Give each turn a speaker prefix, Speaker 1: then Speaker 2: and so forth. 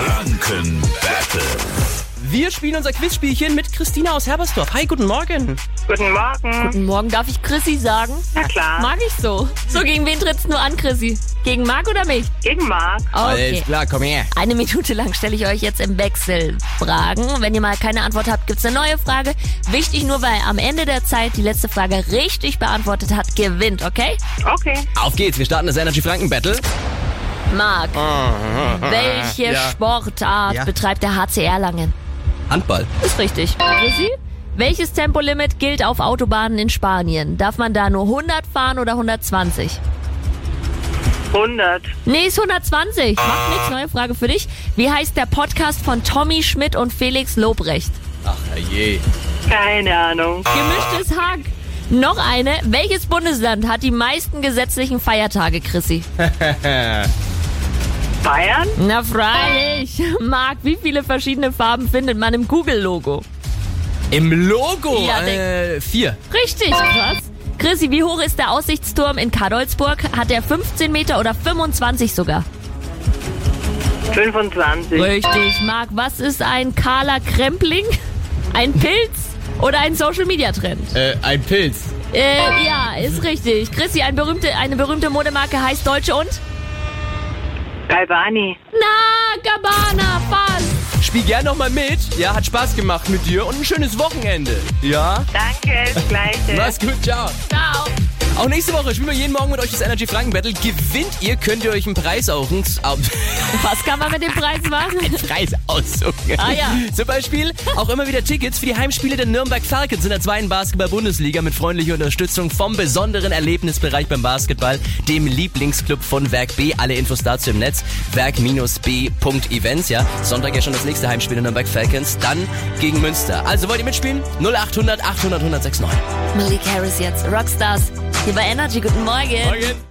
Speaker 1: Franken Battle.
Speaker 2: Wir spielen unser Quizspielchen mit Christina aus Herbersdorf. Hi, guten Morgen.
Speaker 3: Guten Morgen.
Speaker 4: Guten Morgen, darf ich Chrissy sagen?
Speaker 3: Na klar.
Speaker 4: Mag ich so. So, gegen wen trittst du an, Chrissy? Gegen Marc oder mich? Ah,
Speaker 3: Gegen Marc.
Speaker 4: Okay.
Speaker 2: klar, komm her.
Speaker 4: Eine Minute lang stelle ich euch jetzt im Wechsel Fragen. Wenn ihr mal keine Antwort habt, gibt's eine neue Frage. Wichtig nur, weil am Ende der Zeit die letzte Frage richtig beantwortet hat, gewinnt, okay?
Speaker 3: Okay.
Speaker 2: Auf geht's, wir starten das Energy Franken Battle.
Speaker 4: Marc,
Speaker 2: Ah,
Speaker 4: welche
Speaker 2: Ja.
Speaker 4: Sportart
Speaker 2: Ja.
Speaker 4: betreibt der HCR Langen?
Speaker 2: Handball.
Speaker 4: Ist richtig. Chrissy? Welches Tempolimit gilt auf Autobahnen in Spanien? Darf man da nur 100 fahren oder 120?
Speaker 3: 100.
Speaker 4: Nee, ist 120. Macht nichts. Neue Frage für dich. Wie heißt der Podcast von Tommy Schmidt und Felix Lobrecht?
Speaker 2: Ach je.
Speaker 3: Keine Ahnung.
Speaker 4: Gemischtes Hack. Noch eine. Welches Bundesland hat die meisten gesetzlichen Feiertage, Chrissy?
Speaker 3: Bayern?
Speaker 4: Na freilich. Marc, wie viele verschiedene Farben findet man im Google-Logo?
Speaker 2: Im Logo.
Speaker 4: Ja,
Speaker 2: äh, vier.
Speaker 4: Richtig, krass. Chrissy, wie hoch ist der Aussichtsturm in Kadolsburg? Hat er 15 Meter oder 25 sogar?
Speaker 3: 25.
Speaker 4: Richtig, Marc. Was ist ein kahler Krempling? Ein Pilz oder ein Social-Media-Trend?
Speaker 2: Äh, ein Pilz.
Speaker 4: Äh, ja, ist richtig. Chrissy, ein berühmte, eine berühmte Modemarke heißt Deutsche und?
Speaker 3: Galvani.
Speaker 4: Na, Gabbana, fast.
Speaker 2: Spiel gern nochmal mit. Ja, hat Spaß gemacht mit dir und ein schönes Wochenende. Ja.
Speaker 3: Danke, das Gleiche.
Speaker 2: Mach's gut, ciao.
Speaker 4: Ciao.
Speaker 2: Auch nächste Woche spielen wir jeden Morgen mit euch das Energy Franken Battle. Gewinnt ihr, könnt ihr euch einen Preis auch uns- au-
Speaker 4: Was kann man mit dem Preis machen?
Speaker 2: Preis aussuchen.
Speaker 4: Ah, ja.
Speaker 2: Zum Beispiel auch immer wieder Tickets für die Heimspiele der Nürnberg Falcons in der zweiten Basketball-Bundesliga mit freundlicher Unterstützung vom besonderen Erlebnisbereich beim Basketball, dem Lieblingsclub von Werk B. Alle Infos dazu im Netz, werk-b.events, ja. Sonntag ja schon das nächste Heimspiel der Nürnberg Falcons, dann gegen Münster. Also wollt ihr mitspielen? 0800 800 1069.
Speaker 4: Malik Harris jetzt, Rockstars. Hier bei Energy, guten Morgen.
Speaker 2: Morgen.